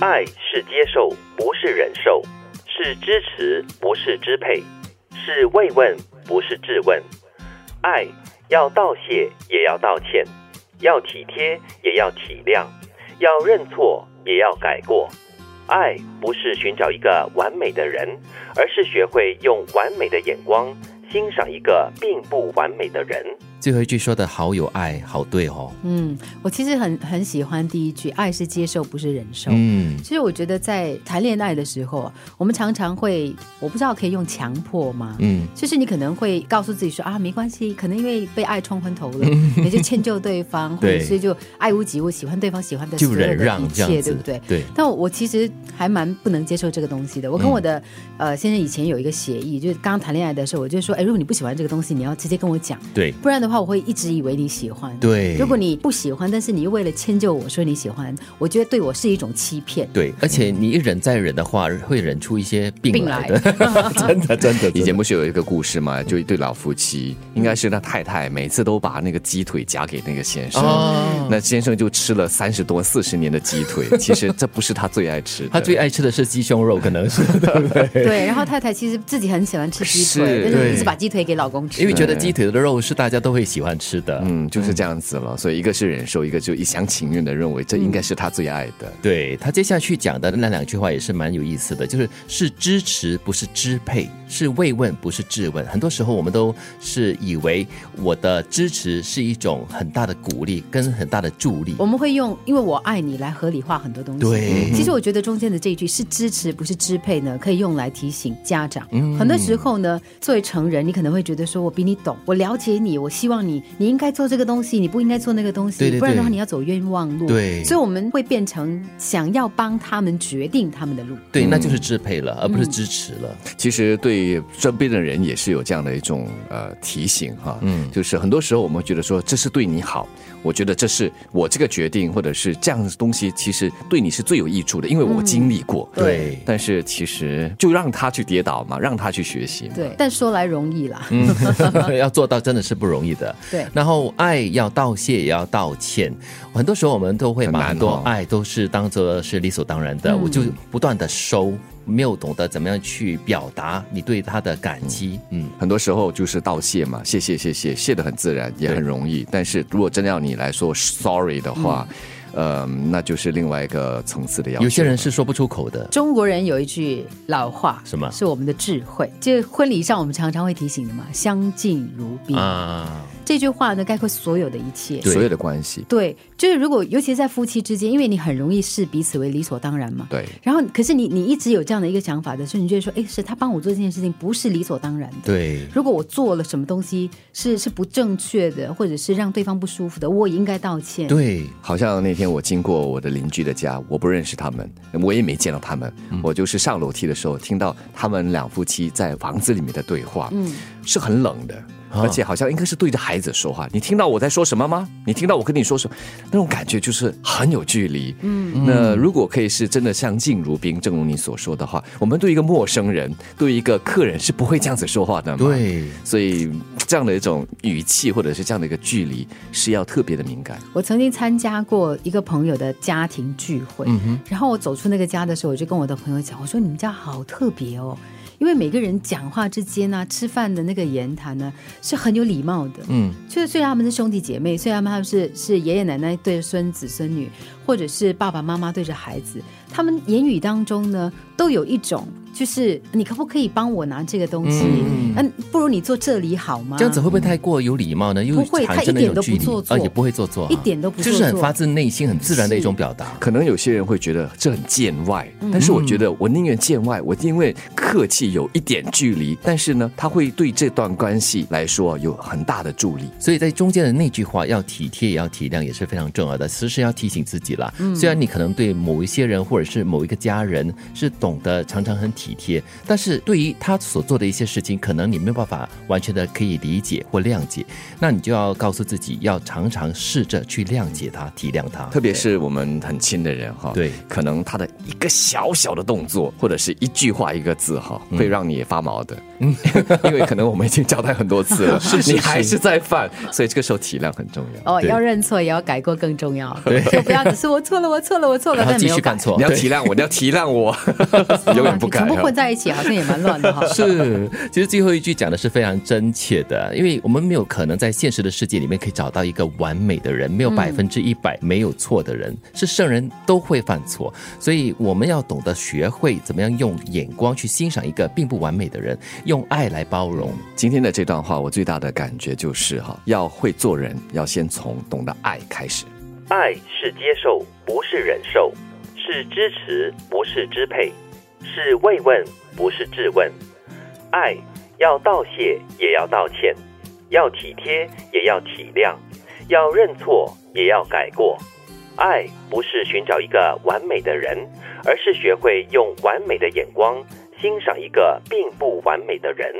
爱是接受，不是忍受；是支持，不是支配；是慰问，不是质问。爱要道谢，也要道歉；要体贴，也要体谅；要认错，也要改过。爱不是寻找一个完美的人，而是学会用完美的眼光欣赏一个并不完美的人。最后一句说的好有爱，好对哦。嗯，我其实很很喜欢第一句，爱是接受，不是忍受。嗯，其实我觉得在谈恋爱的时候，啊我们常常会，我不知道可以用强迫吗？嗯，就是你可能会告诉自己说啊，没关系，可能因为被爱冲昏头了， 你就迁就对方，或嗯 对者是就爱屋及乌，喜欢对方喜欢的就所有的忍让一这样切，子，对不对？对，但我我其实还蛮不能接受这个东西的。我跟嗯我的、呃先生以前有一个协议，就是刚谈恋爱的时候，我就说，哎，如果你不喜欢这个东西，你要直接跟我讲，对，不然的话，我会一直以为你喜欢。对如果你不喜欢，但是你又为了迁就我说你喜欢，我觉得对我是一种欺骗。对，而且你一忍再忍的话，会忍出一些 病病来来的。真的，真的，真以的前不是有一个故事嘛，就一对老夫妻，应该是他太太每次都把那个鸡腿夹给那个先生，哦，那先生就吃了三十多四十年的鸡 腿，其实这不是他最爱吃的，他最爱吃的是鸡胸肉，可能 是对，然后太太其实自己很喜欢吃鸡腿，是但是一对直把鸡腿给老公吃，因为觉得鸡腿的肉是大家都会喜欢吃的。嗯就是这样子了，所以一个是忍受，一个就一厢情愿的认为这应该是他最爱的。对他接下去讲的那两句话也是蛮有意思的，就是是支持不是支配，是慰问不是质问。很多时候我们都是以为我的支持是一种很大的鼓励跟很大的助力我，们会用“因为我爱你”来合理化很多东西。对其实我觉得中间的这一句是支持，不是支配呢，可以用来提醒家长。嗯很多时候呢，作为成人，你可能会觉得说，我比你懂，我了解你，我希望你，你应该做这个东西，你不应该做那个东西，对对不然的话对你要走冤枉路。对所以我们会变成想要帮他们决定他们的路。对，那嗯就是支配了，而不是支持了。其实对身边的人也是有这样的一种呃提醒哈，嗯，就是很多时候我们觉得说这是对你好，我觉得这是我这个决定或者是这样的东西，其实对你是最有益处的，因为嗯我经历过，对但是其实就让他去跌倒嘛，让他去学习嘛，对，但说来容易啦。嗯 要做到真的是不容易的。对然后爱要道谢，也要道歉。很多时候我们都会很把难很多哦爱都是当做是理所当然嗯的，我就不断的收，没有懂得怎么样去表达你对他的感激。嗯，很多时候就是道谢嘛，谢谢谢谢，谢的很自然，也很容易。但是如果真的要你来说 sorry 的话，呃，那就是另外一个层次的要求。嗯有些人是说不出口的。中国人有一句老话，什么是我们的智慧。这婚礼上我们常常会提醒的嘛，相敬如宾。啊，这句话呢，概括所有的一切。所有的关系，对，就是如果尤其在夫妻之间，因为你很容易视彼此为理所当然嘛。对，然后，可是你你一直有这样的一个想法的时候，你就会说，哎，是他帮我做这件事情，不是理所当然的。对，如果我做了什么东西是是不正确的，或者是让对方不舒服的，我也应该道歉。对，好像那天我经过我的邻居的家，我不认识他们，我也没见到他们。我就是上楼梯的时候，听到他们两夫妻在房子里面的对话，嗯，哦是很冷的。而且好像应该是对着孩子说话，你听到我在说什么吗？你听到我跟你说什么？那种感觉就是很有距离。嗯，那如果可以是真的相敬如宾，正如你所说的话，我们对一个陌生人、对一个客人是不会这样子说话的嘛。对，嗯所以这样的一种语气或者是这样的一个距离是要特别的敏感。我曾经参加过一个朋友的家庭聚会，然后我走出那个家的时候，我就跟我的朋友讲，我说你们家好特别哦。因为每个人讲话之间呢、吃饭的那个言谈呢，是很有礼貌的。嗯，就是虽然他们是兄弟姐妹，虽然他们是是爷爷奶奶对着孙子孙女，或者是爸爸妈妈对着孩子，他们言语当中呢，都有一种就是你可不可以帮我拿这个东西？嗯，不如你坐这里好吗？这样子会不会太过有礼貌呢？又不会产生了一种距他一点都不做离，作啊，也不会做作啊，一点都不做就是很作发自内心、很自然的一种表达。可能有些人会觉得这很见外，但是我觉得我宁愿见外，我宁愿客气有一点距离，但是呢，他会对这段关系来说有很大的助力。所以在中间的那句话要体贴也要体谅也是非常重要的，时时要提嗯醒自己啦。虽然你可能对某一些人或者是某一个家人是懂得常常很体体贴，但是对于他所做的一些事情，可能你没有办法完全的可以理解或谅解，那你就要告诉自己，要常常试着去谅解他、体谅他。特别是我们很亲的人哈，对可能他的一个小小的动作，或者是一句话、一个字哈，会让你发毛的。嗯， 因为可能我们已经交代很多次了， 是你还是在犯，所以这个时候体谅很重要。哦，对要认错也要改过更 重要，就不要只是我错了，我错了，我错了，然后但继没有续改犯，错，你要对体谅我，你要体谅我， 永哦远不改全部哈混。在一起，好像也蛮乱的哈。 是，其实最后一句讲的是非常真切的，因为我们没有可能在现实的世界里面可以找到一个完美的人，没有百分之一百没有错的人，是圣人都会犯错，所以我们要懂得学会怎么样用眼光去欣赏一个并不完美的人，用爱来包容。今天的这段话，我最大的感觉就是哈，要会做人，要先从懂得爱开始。爱是接受，不是忍受；是支持，不是支配；是慰问，不是质问。爱要道谢，也要道歉；要体贴，也要体谅；要认错，也要改过。爱不是寻找一个完美的人，而是学会用完美的眼光欣赏一个并不完美的人。